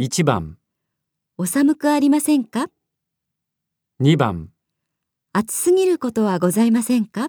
1番、お寒くありませんか2番、暑すぎることはございませんか